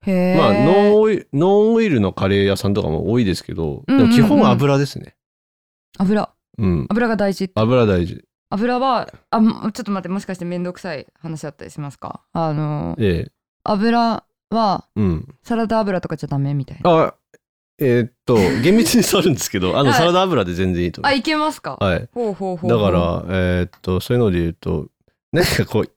A: へー
B: まあノンオイルノンオイルのカレー屋さんとかも多いですけど、
A: うんうんうん
B: でも基本は油ですね。
A: 油
B: うん。
A: 油が大事
B: 油大事。
A: 油はあもちょっと待ってもしかして面倒くさい話だったりしますかあの
B: ええ。
A: 油は
B: うん。
A: サラダ油とかじゃダメみたいな
B: あ、えーっ と厳密に触るんですけど、あの
A: はい
B: サラダ油で全然いいと思
A: あ
B: い
A: いけますか、
B: ます。はい。
A: ほうほうほう
B: だ
A: ほう
B: から、えーっと、そういうので言うと、なんかこう、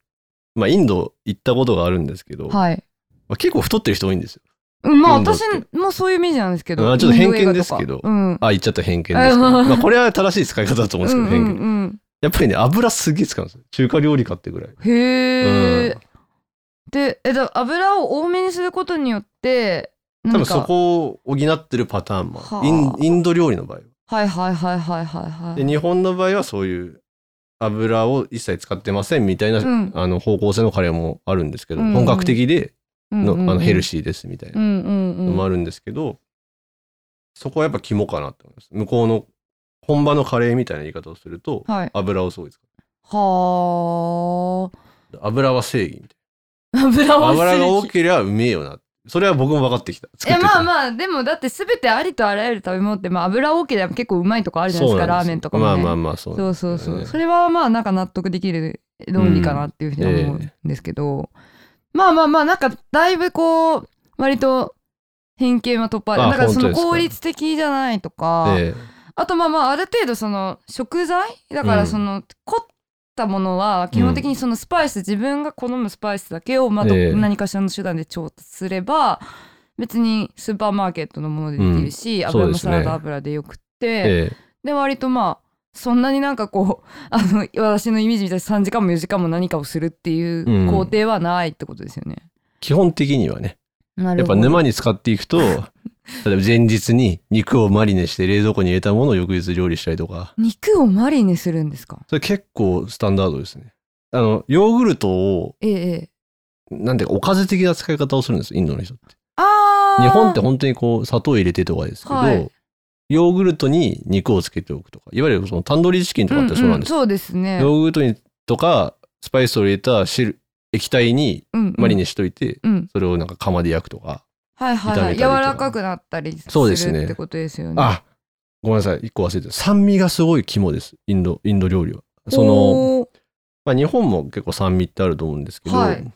B: まあ、インド行ったことがあるんですけど、ま
A: はい
B: あ、結構太ってる人多いんですよ。
A: うんまあ
B: インドっ
A: 私
B: て
A: もそういうイメージなんですけど
B: あちょっと偏見
A: インド映画
B: ですけど
A: とかうん
B: あ、言っちゃった偏見ですけど、
A: あ
B: まあ、これは正しい使い方だと思うんですけど、偏見。
A: うんうんうん
B: やっぱりね、油すげえ使うんですよ。中華料理かってぐらい。
A: へえ、
B: うん
A: でえだ油を多めにすることによってなん
B: 多
A: か
B: 分そこを補ってるパターンもあるイン
A: はあ
B: インド料理の場合は
A: はいはいはいはいはいはい
B: で日本の場合はそういう油を一切使ってませんみたいな、
A: うん
B: あの方向性のカレーもあるんですけど、
A: うんうん
B: 本格的での、あのヘル
A: シ
B: シーですみたい
A: ーう
B: なん
A: うんう
B: の
A: ん
B: もあるんですけど、そこはやっぱ肝かなって思います向こうの本場のカレーみたいな言い方をすると
A: はい
B: 油をすごい使
A: はあ
B: う油は正義みたい
A: 油
B: な
A: は
B: 油が
A: 好
B: 多
A: き
B: ければうめえよなそれは僕も分かってきた
A: いや
B: 作って
A: ま
B: た
A: あまあでもだって全てありとあらゆる食べ物って、まあ、油多ければ結構うまいとこあるじゃないですか
B: そう
A: ラ
B: な
A: ー
B: んです
A: メ
B: よ
A: ンとかも、ね、
B: まあまあまあそう
A: そ
B: な
A: う
B: んです
A: そ
B: よ
A: うそ
B: ね
A: う、それはまあなんか納得できる論理かなっていうふうに思うんですけど、まあまあまあなんかだいぶこう割と偏見は突破
B: あ
A: だからそ
B: 本当
A: の
B: ですか
A: 効率的じゃないとか、
B: ええ
A: あとまあまあある程度その食材だか
B: う
A: ら
B: ん
A: その凝ったものは基本的にそのスパイス、自分が好むスパイスだけをまあど
B: ええ
A: 何かしらの手段で調達すれば別にスーパーマーケットのものでできるし、
B: ん
A: 油も
B: そ
A: サ
B: うです
A: ラ
B: ね
A: ダ油でよくって。
B: ええ
A: で割とまあそんなになんかこう あの私のイメージみたいに3時間も4時間も何かをするっていう工程はないってことですよね。
B: 基本的にはね
A: な
B: や
A: る
B: っ
A: ほ
B: ぱ
A: ど
B: 沼に使っていく と、例えば前日に肉をマリネして冷蔵庫に入れたものを翌日料理したりとか、
A: 肉をマリネするんですか
B: それ結構スタンダードですね。あの、ヨーグルトを、
A: ええええ。
B: なんていうか、おかず的な使い方をするんです、インドの人って。
A: ああ
B: 日本って本当にこう、砂糖入れてとかですけど、
A: はい
B: ヨーグルトに肉をつけておくとか、いわゆるそのタンドリーチキンとかってそうなんです、
A: そうですね。
B: ヨーグルトにとか、スパイスを入れた汁、液体に
A: うんうん
B: マリネしといて、
A: うん。
B: それをなんか釜で焼くとか。
A: はいはいはい。
B: 炒めたり
A: 柔
B: とから
A: かくなったりす
B: そう
A: る
B: ですね
A: ってことですよね。
B: あごめんなさい一個忘れてた酸味がすごい肝ですインドインド料理はその、
A: おー
B: まあ、日本も結構酸味ってあると思うんですけど、
A: はい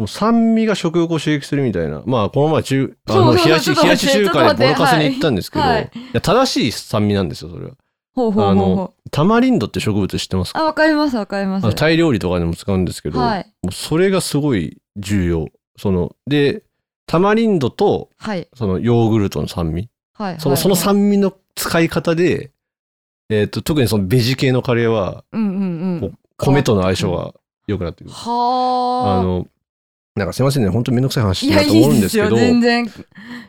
B: もう酸味が食欲を刺激するみたいなまあこの前中あ
A: そ
B: の
A: うそう
B: 冷やし
A: ちょっと
B: 冷やし
A: 待って
B: 中華でボロカスに行ったんですけど、
A: はいい
B: や正しい酸味なんですよそれは
A: ほうほう
B: あ
A: ほうほう
B: の。タマリンドって植物知ってますか
A: あわかりますわかりま
B: あの
A: す。
B: タイ料理とかでも使うんですけど、
A: はい
B: もうそれがすごい重要そのでタマリンドと
A: はい
B: そのヨーグルトの酸味
A: はい。
B: そのその酸味の使い方で、えー、と特にそのベジ系のカレーは
A: うんうんう
B: こ
A: ん。
B: 米との相性が良くなってくる。あ
A: はあ。
B: のなんかすいませんね本当めんどくさい話
A: い
B: にな
A: や
B: る
A: い
B: と思う
A: い
B: ん
A: で
B: ですすけ
A: よ
B: ど
A: 全然。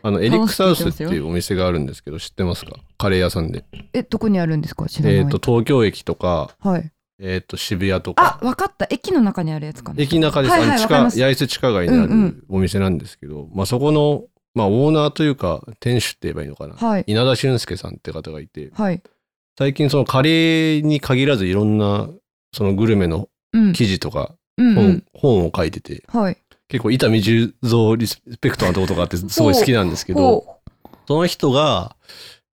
B: あのエリックサウスっていうお店があるんですけど知ってますかカレー屋さんで、
A: えどこにあるんですか知らない。
B: えー、と東京駅とか、
A: はい。
B: えー、と渋谷と
A: あ
B: か
A: わかった駅の中にあるやつかな。
B: 駅中です、
A: はいはい
B: あの地
A: わかりま
B: 下
A: す
B: 八重洲地下街にあ
A: うんう
B: るお店なんですけど、まあ、そこの、まあ、オーナーというか店主って言えばいいのかな、
A: はい
B: 稲田俊介さんって方がいて、
A: はい。
B: 最近そのカレーに限らずいろんなそのグルメの
A: うん。
B: 記事とか
A: うん
B: 本,、
A: うん。
B: 本を書いてて
A: はい。
B: 結構伊丹十三リスペクトなとことがあってすごい好きなんですけど
A: ほう
B: その人が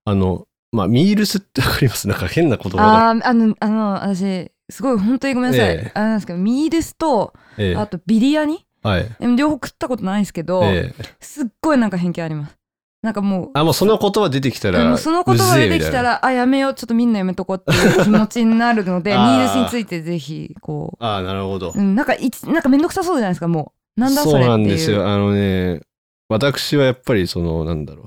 B: あのまあミールスってわかりますなんか変な言葉が、
A: あーあのあの私すごい本当にごめんなさい、
B: ええ
A: あれなんですけどミールスと
B: ええ
A: あとビリヤニ
B: はい
A: でも両方食ったことないんですけど、
B: ええ
A: すっごいなんか偏見ありますなんかもう
B: あもうその言葉出てきた
A: も
B: ら
A: うその言葉出てきた
B: うぜえみいな
A: らあやめようちょっとみんなやめとこうっていう気持ちになるのでミ
B: あー
A: ールスについてぜひこ
B: ああなるほ
A: う、
B: ど
A: うん、なんかいちなんかめんどくさそうじゃないですかもうなんだそれって
B: う
A: いう
B: なんですよあのね私はやっぱりそのなんだろう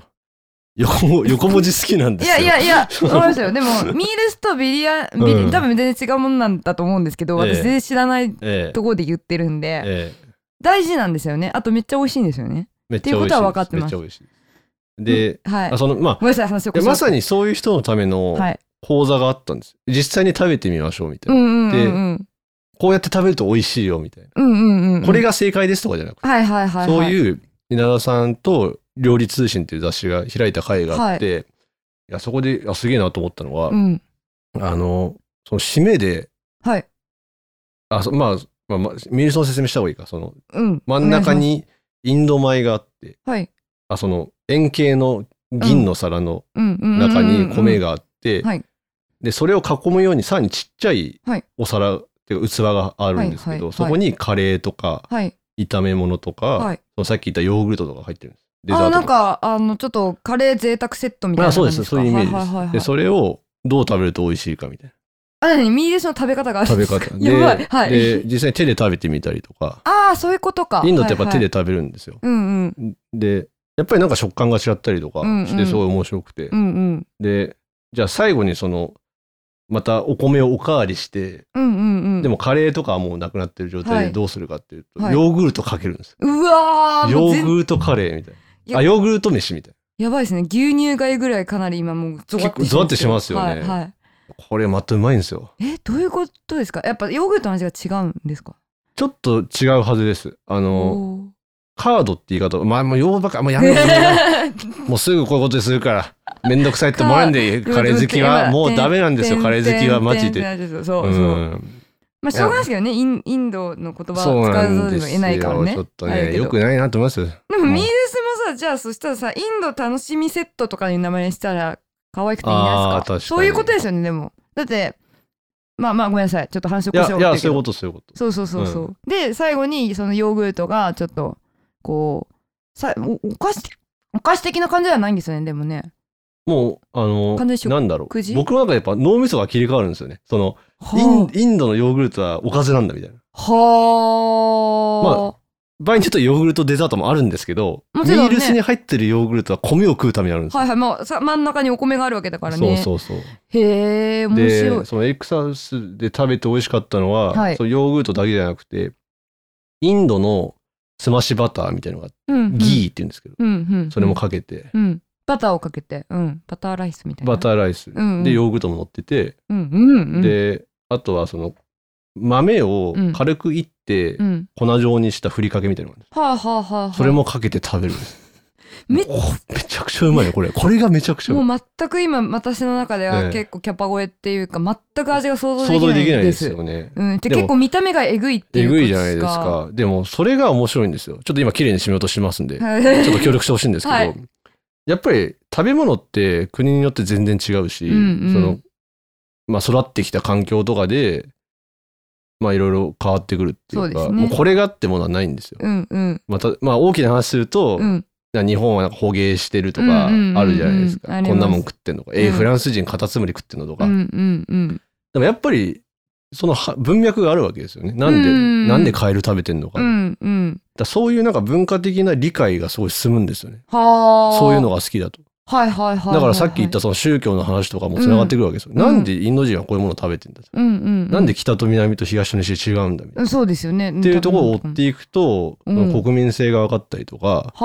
B: 横横文字好きなんで
A: い
B: すよ
A: やいやい や、わかりましたよ。でも、ミールスとビリヤ、ビリ、
B: うん
A: 多分全然違うもんなんだと思うんですけど、
B: え
A: 私
B: え
A: 全然知らない
B: ええ
A: ところで言ってるんで、
B: ええ
A: 大事なんですよね。あとめっちゃ美味しいんですよね。
B: めっ
A: ちゃ美味しいですっていうことは分かってます
B: めっちゃ美味しいです。で、
A: はい。
B: あ
A: ご
B: そのま
A: めんなさい、話を
B: あまさ
A: に。
B: にそういう人のための
A: はい。
B: 講座があったんです。実際に食べてみましょうみた
A: う
B: いな。
A: んうんうんうん。
B: こうやって食べると美味しいよみたいな。
A: うんうんうん。
B: これ。が正解ですとかじゃなくて、
A: はいはいはいはい。
B: そ
A: う。
B: ういう稲田さんと料理通信っていう雑誌が開いた会があって、い、やそこであすげえなと思ったのは、
A: うん。
B: あのその締めで、
A: はい。
B: あそまあ、まあまあ、ミールスの説明した方がいいか。その
A: うん。
B: 真ん中
A: お願いし
B: にインド米があって、
A: ます。はい。
B: あその円形の銀の皿の
A: うんうんうん。
B: 中に米
A: が。
B: があって、
A: はい
B: でそれを囲むようにさらにちっちゃい
A: はい
B: お皿っていうか器があるんですけど、
A: はいはいはい
B: そこにカレーとか
A: はい。
B: 炒め物とか、
A: はい
B: そのさっき言ったヨーグルトとか入ってるんですデ
A: あ、
B: ザート
A: な
B: と
A: んか、あの、ちょっとカレー贅沢セットみたい
B: ま
A: な
B: あそう
A: 感
B: で
A: じ
B: す
A: か。
B: そういうイメージです、
A: はいはいはい
B: で
A: はい。
B: それをどう食べると美味しいかみたい
A: あ、なにミールスの食べ方があ
B: な
A: るん
B: 食
A: で
B: べ
A: すか
B: 方
A: やばい。はい。
B: で実際に手で食べてみたりとか
A: ああ、そういうことか。
B: インドってやっぱ手
A: はいは
B: で
A: い。
B: 食べるんですよ、
A: うんうん。
B: でやっぱりなんか食感が違ったりとか
A: うんうん
B: してすごい面白くて、
A: うんうん。
B: でじゃあ最後にそのまたお米をおかわりして、
A: うんうんうん
B: でもカレーとかはもうなくなってる状態
A: は
B: で
A: い
B: どうするかっていうと、
A: はい
B: ヨーグルトかけるんですよ
A: うわーも
B: ヨ
A: う
B: ー
A: 全
B: グルトカレーみたい
A: い
B: な。
A: や
B: あ、ヨーグルト飯みたい
A: やばいですね牛乳がいぐらいかなり今もうゾワッて
B: 結構ゾワッてしますよね
A: はいはい
B: な。これまたうまいんですよ。
A: えどういうことですかやっぱヨーグルトの味が違うんですか
B: ちょっと違うはずです。あの、
A: おー
B: カードって言い方、まあもう洋ばか、もうやめろやめろ やめろもうすぐこういうことにするから、めんどくさいって思わんでいい、カレー好きは。もうダメなんですよ、カレー好きはマジで。。
A: そうそうう。
B: ん、
A: まあしょうがないですけどね、インインドの言葉
B: そ
A: を
B: う
A: 使
B: な
A: わ
B: ん
A: ざる
B: で
A: を
B: す
A: 得ないから
B: よ。
A: ね。
B: ちょっと
A: あれだ
B: ね、
A: けど
B: よくないなと思いますよ。
A: でも
B: うん
A: ミールスもさ、じゃあそしたらさ、インド楽しみセットとかいう名前にしたら可愛くていいんじゃないですか
B: あー確かに
A: そういうことですよね、でも。だって、まあまあごめんなさい、ちょっと話を
B: い
A: こ
B: や、
A: しよ
B: いや、そういうこと、そういうこと。
A: そうそうそうそう。で、最後にそのヨーグルトがちょっと、こう、さおお菓子、お菓子的な感じではないんですよね、でもね。
B: もう、あ
A: 完全に食
B: の、なんだろ
A: 食事
B: う。僕の中でやっぱ脳みそが切り替わるんですよね。その、イン
A: は
B: インドのヨーグルトはおかずなんだみたいな。
A: あ。はあ。
B: 場合によってはヨーグルトデザートもあるんですけど、
A: もち
B: ミ
A: ろんね
B: ールスに入ってるヨーグルトは米を食うためにあるんですよ。
A: はいはい、まあ、さ真ん中にお米があるわけだからね。
B: そうそうそう。
A: へえ、面白
B: で、
A: い。
B: そのエクサウスで食べて美味しかったのは、
A: はい
B: そのヨーグルトだけじゃなくて、インドのすましバターみたいなのが、
A: うんうん、
B: ギーって言うんですけど、
A: うんうんうん、
B: それもかけて、
A: うん、バターをかけて、うん、バターライスみたいな。
B: バターライス、
A: うんうん
B: で、ヨーグルトも乗ってて、
A: うんうんうん、
B: で、あとはその、豆を軽くいって
A: う、ん、
B: 粉状にしたふりかけみたいなのがあるんですよ
A: はあはあはあはあ。
B: それもかけて食べるんです。
A: め
B: おめちゃくちゃうまいよ、これ。これがめちゃくちゃうまい。
A: もう全く今私の中で
B: え
A: は
B: え
A: 結構キャパ超えっていうか全く味が想像で
B: 想
A: きな
B: 像
A: い
B: できない
A: で。
B: ですすよね。
A: うん、で
B: でも
A: 結構見た目がえぐいってい
B: え
A: う
B: ぐいじゃないですか。でも、それが面白いんですよ。ちょっと今、綺麗に締めようとしてますんで、ちょ
A: はい
B: っと協力してほしいんですけど、
A: はい
B: やっぱり食べ物って国によって全然違うし、
A: うんうん
B: その、まあ、育ってきた環境とかで、まあ、いろいろ変わってくるってい
A: そ
B: う
A: うです
B: か、
A: ね
B: もうこれがってものはないんですよ。
A: うんうん
B: また、まあ、大きな話すると、
A: うん。
B: 日本はなんか捕鯨してるとか
A: うんうんうんうん
B: あるじゃないです
A: あ
B: か。
A: ります
B: こんなもん食ってんのか。え
A: う
B: ー
A: ん
B: フランス人カタツムリ食ってんのと
A: う
B: か。
A: んうんうん。
B: でもやっぱり、そのは文脈があるわけですよね。なんで、
A: うんうんうん
B: なんでカエル食べてんのか。
A: う
B: だか
A: んうん。
B: らそういうなんか文化的な理解がすごい進むんですよね。
A: はあ。
B: そういうの。が好きだと。
A: はいはいはいはい、はい。
B: だからさっき言ったその宗教の話とかも繋がってくるわけですよ。
A: ん
B: なんでインド人はこういうものを食べてんだと。
A: うんうんうん。
B: なんで北と南と東と西違うんだみたいな。
A: うんそうですよね。
B: っていうところを追っていくと、
A: うん
B: 国民性が分かったりとか、
A: は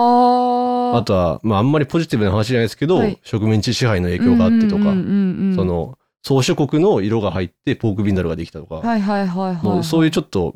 A: あ。
B: あとは、まああんまりポジティブな話じゃないですけど、
A: はい
B: 植民地支配の影響があってとか、
A: うんうんうんうん
B: その、草食国の色が入ってポークビンダルができたとか、
A: はいはいはいはい。
B: もうそういうちょっと、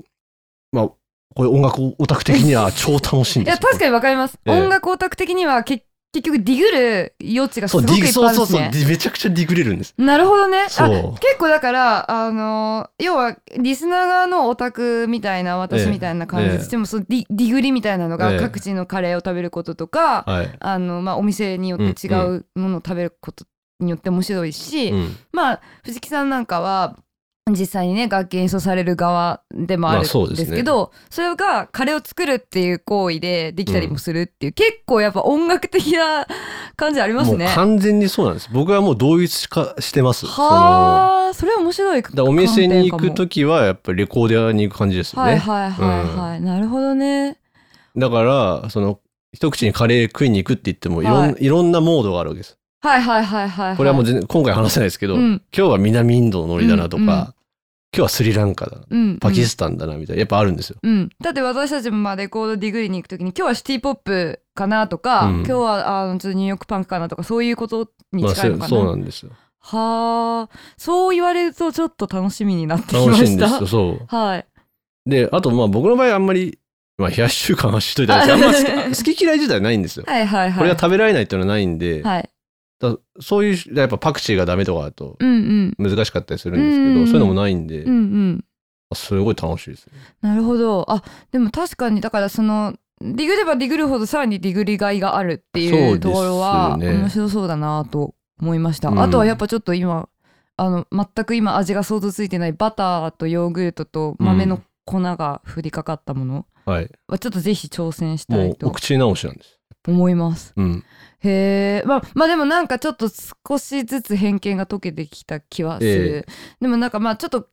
B: まあ、これ音楽オタク的には超楽しいん
A: い
B: です
A: や
B: よ。
A: 確かにわかります。
B: ええ
A: 音楽オタク的にはけ結局ディグる余地がす
B: そ
A: ご
B: う、
A: く
B: ディ
A: いっ
B: グ、
A: ぱいあ
B: そう
A: る
B: そ
A: んで
B: う
A: す
B: そう、
A: ね。
B: めちゃくちゃディグれるんです。
A: なるほどね。
B: そ
A: あ
B: う。
A: 結構だからあの要はリスナー側のオタクみたいな私みたいな感じで、
B: ええ
A: でもそのディディグリみたいなの
B: え
A: が
B: え
A: 各地のカレーを食べることとか、
B: はい。
A: あのまあ、お店によって違うものを食べることによって面白いし、
B: うん。
A: まあ藤木さんなんかは実際にね楽器演奏される側でもある
B: まあそ
A: ん
B: う
A: で
B: で
A: す
B: ね
A: すけど、それがカレーを作るっていう行為でできたりもするっていう、結構やっぱ音楽的な感じありま
B: も
A: す
B: う
A: ね。
B: 完全にそうなんです。僕はもう同一化してます。その
A: はあそれは面白い
B: だからお店に行くときは、やっぱりレコーディアに行く感じですよ
A: は
B: ね。
A: いはいはいはい、なるほどね。
B: だから、その、一口にカレー食いに行くって言っても、いろん,、
A: はい
B: い、ろんなモードがあるわけです。
A: はいはいはいはい、はい。
B: これはもう全然今回話せないですけど、
A: うん
B: 今日は南インドのノリだなとか、
A: うんうん
B: 今日はスリランカだな、
A: うん、
B: パキ
A: ス
B: スタンだなみたいな、やっぱあるんですよ。
A: うん、だって私たちもまあレコードディグリに行くときに今日はシティ・ポップかなとか、
B: うん
A: 今日はあのちょっとニューヨークパンクかなとかそういうことに
B: まあ、
A: 近い
B: そ
A: の
B: う
A: かな、
B: そうなんですよ。
A: はあそう言われるとちょっと楽しみになってきま
B: 楽しい
A: し
B: んで
A: た
B: すよ、そ
A: はい、
B: う。で、あと、まあ僕の場合あんまり、まあ冷やし中華はしといたん ですけど、あんま好き好き嫌い自体はないんですよ。
A: はいはいはい
B: これが食べられないっていうのはないんで、
A: はい
B: だそういう、やっぱパクチーがダメとかだと
A: うんうん
B: 難しかったりするんですけど、
A: うんうん
B: そういうのもないんで、
A: うんうん
B: すごい楽しいですね。
A: なるほどあでも確かにだからそのディグればディグるほどさらにディグりがいがあるって
B: そ
A: いうう
B: です
A: と
B: ね
A: ころは面白そうだなと思いました、
B: うん
A: あとはやっぱちょっと今あの全く今味が想像ついてないバターとヨーグルトと豆の粉が振りかかったもの
B: はい。
A: はちょっとぜひ挑戦した
B: も
A: いう
B: お
A: と
B: 口直しなんです。
A: 思います
B: うん。
A: へえまあまあでもなんかちょっと少しずつ偏見が解けてきた気はする、でもなんかまあちょっと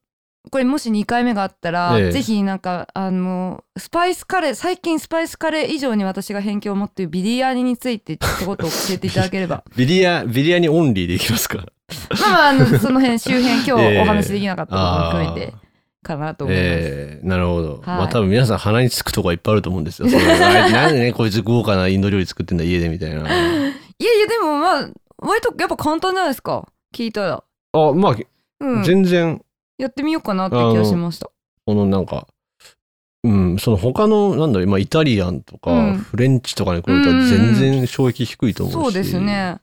A: これもし2回目があったら、
B: ええ
A: ぜひなんかあのスパイスカレー最近スパイスカレー以上に私が偏見を持っているビリヤニについてちょっとことを教えていただけれ ば
B: ビリヤ、ビリヤにオンリーでいきますか
A: まあまああのその辺周辺今
B: え
A: 日
B: え
A: お話しできなかったことも含めて
B: あ
A: かなと思います。
B: えー、なるほど。ま
A: は
B: あ
A: い
B: 多分皆さん鼻につくとこはいっぱいあると思うんです よ。そのあれなんでね、こいつ豪華なインド料理作ってんだ家でみたいな。
A: いやいやでもまあ割とやっぱ簡単じゃないですか聞いたら、
B: あ、まあ、
A: うん、
B: 全然、
A: やってみようかなって気がしました。
B: このなんか、うん、その他の、なんだろう、今イタリアンとか、
A: うん
B: フレンチとかに比べたら全然衝撃低いと思うし。
A: そうです。ね。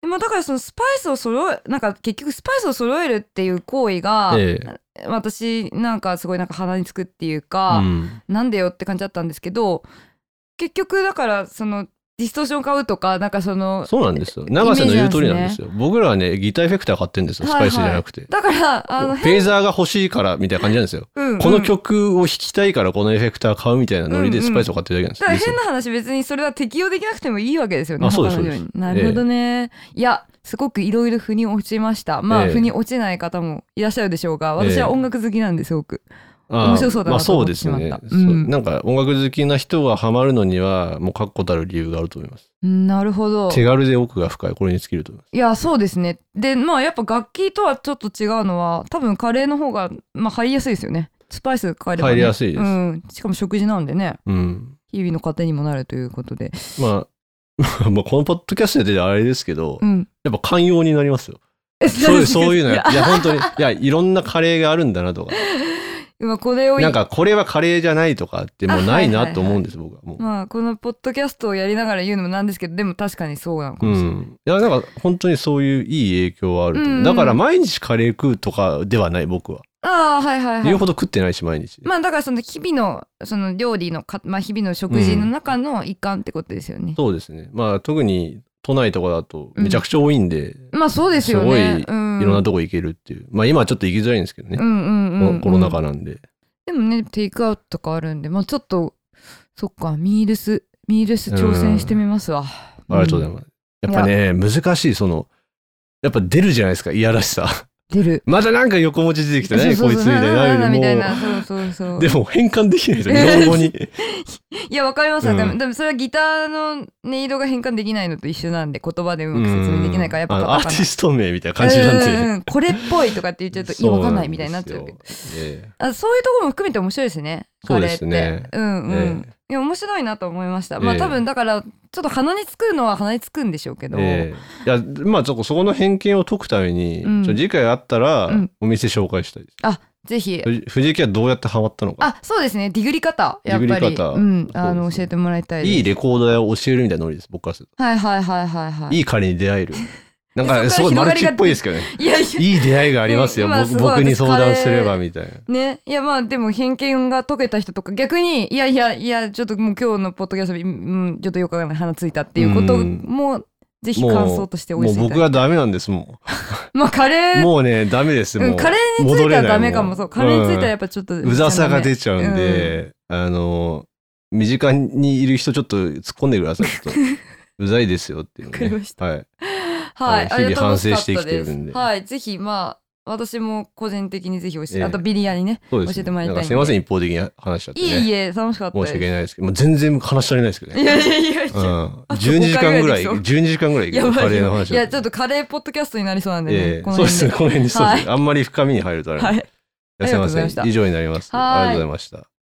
A: でもだからそのスパイスを揃えなんか結局スパイスを揃えるっていう行為が、
B: え
A: 私なんかすごいなんか鼻につくっていう
B: え
A: か、
B: うん
A: なんでよって感じだったんですけど結局だからそのディストーション買うとかなんかその
B: そうなんですよ。長瀬の言う通りなんですよ。僕らはね、ギターエフェクター買ってるんですよ。スパイスじゃなくて。
A: だからあの、
B: フェーザーが欲しいからみたいな感じなんですよ。
A: うんうん
B: この曲を弾きたいからこのエフェクター買うみたいなノリでスパイスを買ってるだけ
A: だか
B: なん
A: ら
B: です
A: 変
B: よ。
A: な話別にそれは適用できなくてもいいわけですよね。
B: あそうです
A: 他の料理になるほどね。いやすごくいろいろ腑に落ちました。まあ、
B: ええ
A: 腑に落ちない方もいらっしゃるでしょうが
B: ええ
A: 私は音楽好きなんですごく。
B: ああ
A: 面白そうだな
B: まあ
A: と
B: そ
A: 思
B: う
A: って
B: で
A: し
B: す
A: まった
B: ね、
A: うん
B: そうなんか音楽好きな人がハマるのにはもう確固たる理由があると思います。
A: うんなるほど。
B: 手軽で奥が深いこれに尽きると思いま
A: いやそうですねでまあやっぱ楽器とはちょっと違うのは多分カレーの方が、まあ、入りやすいですよねスパイス変えれば、ね、
B: 入りやすいです
A: うん、しかも食事なんでね
B: す。うん。
A: 日々の糧にもなるということで、
B: まあまあこのポッドキャストであれですけど、
A: うん、
B: やっぱ寛容になりますよ。そういうそういうのやいや本当にいやいろんなカレーがあるんだ なとか、
A: まあこれを
B: なんかこれはカレーじゃないとかってもうない
A: あはいはいは
B: ないと思うんです僕はもう。
A: まあこのポッドキャストをやりながら言うのもなんですけどでも確かにそうなのか
B: う
A: もしれない、
B: ん、いやなんか本当にそういういい影響はあると思う、
A: うんうん
B: だから毎日カレー食うとかではない僕は、
A: ああはいはいはい
B: 言うほど食ってないし毎日、
A: まあだからその日々のその料理のか、まあ、日々の食事の中の一環ってことですよね、
B: そうですねまあ特に都内とかだとめちゃくちゃ多いんで、
A: まあそうですよね
B: すご
A: うん、
B: いろんなとこ行けるっていうまあ今はちょっと行きづらいんですけどね
A: う、んうんうんうん
B: コロナ禍なんで、
A: でもねテイクアウトとかあるんでまあちょっとそっかミールスミールス挑戦してみますわ、
B: ありがとうござい
A: す
B: ますやっぱね難しいそのやっぱ出るじゃないですかいやらしさ
A: 出る
B: またなんか横文字出てきて何こいつみたいに
A: な
B: な
A: な
B: る
A: み
B: よ
A: たい
B: り
A: な
B: も
A: そうそうそう
B: うでも変換できないですよ日本語に
A: いやわかりますわ
B: うん
A: でもでもそれはギターの音色が変換できないのと一緒なんで言葉でうまく説明できないからやっぱ
B: うんあの
A: わ
B: アー
A: かん
B: テ
A: ない
B: ィスト名みたいな感じなんで、
A: うんうんこれっぽいとかって言っちゃうといやわかんないみたいになっちゃうけど
B: そうなんですよえ
A: あそういうところも含めて面白いですね
B: そうですね
A: カレーってうん
B: え
A: うん、
B: え
A: いや面白いなと思いました、まあ
B: ええ
A: 多分だからちょっと鼻につくのは鼻につくんでしょうけど、
B: ええいやまあちょっとそこの偏見を解くために、
A: うん
B: ちょっと次回あったら
A: うん
B: お店紹介したいです、
A: ぜひ
B: 藤藤井家はどうやってハマったのか
A: あそうですねディグリ方やっぱ
B: ディグ
A: り
B: リ方
A: うん、あ
B: そう
A: の
B: です
A: 教
B: ね
A: えてもらいたいです
B: いいレコード屋を教えるみたいなノリです僕からする
A: はいはいはいはいは
B: と
A: い
B: いい彼に 出会えるなん
A: そっから
B: かすごいマルチ
A: 広がりが
B: っぽいですけどね
A: いやいや
B: いい出会いがありますよ、
A: 今
B: 僕
A: すごい
B: 僕に
A: 私
B: 相談すれ
A: カ
B: ばみたいな
A: ねいやまあでも偏見が解けた人とか逆にいやいやいやちょっともう今日のポッドキャスト、うん、ちょっとよくわかんない鼻ついたっていうこと
B: うん
A: も、ぜひ感想としてお
B: も
A: 寄
B: う
A: せいただき
B: 僕はダメなんですも
A: まあカレ
B: う
A: ー
B: もうねダメですもう、
A: うん、カレーについ
B: 戻
A: て
B: れ
A: は
B: ない
A: ダメかもそうカレーについてはやっぱちょっと、
B: うざさが出ちゃうんで、あの身近にいる人ちょっと突っ込んでくださいちょ っとうざいですよっていう
A: わかり
B: ね
A: まし
B: はい
A: は
B: あ
A: い、
B: の
A: あれ
B: 日々
A: 楽しか
B: 反
A: っ
B: 省して
A: た
B: 生き
A: で。
B: てるんです
A: はい、ぜひまあ私も個人的にぜひ教えて、
B: ええ
A: あとビリヤニね。
B: そうです
A: 教えてもらいたいんで
B: なんかすいません一方的に話しちゃって、ね、
A: いえいえ楽しかった
B: 申
A: で
B: し
A: す。
B: 訳ないですけどもう全然話し足りないですけど
A: い
B: ね、
A: やいやいやいうや。
B: ん、12時間ぐらい
A: あと五回ぐらいでしょ
B: 12時間ぐら いいけ
A: や
B: る
A: ばい
B: カ
A: よ
B: レーの話
A: いやちょっとカレーポッドキャストになりそうなんでね、
B: ええ
A: この
B: そうで
A: 辺
B: すね
A: で
B: この辺にそうですね、
A: は
B: あんまり深みに入るとあれなんで、
A: はい
B: やす
A: あ
B: いませ
A: りがとうございました
B: ん以上になります
A: はい
B: ありがとうございました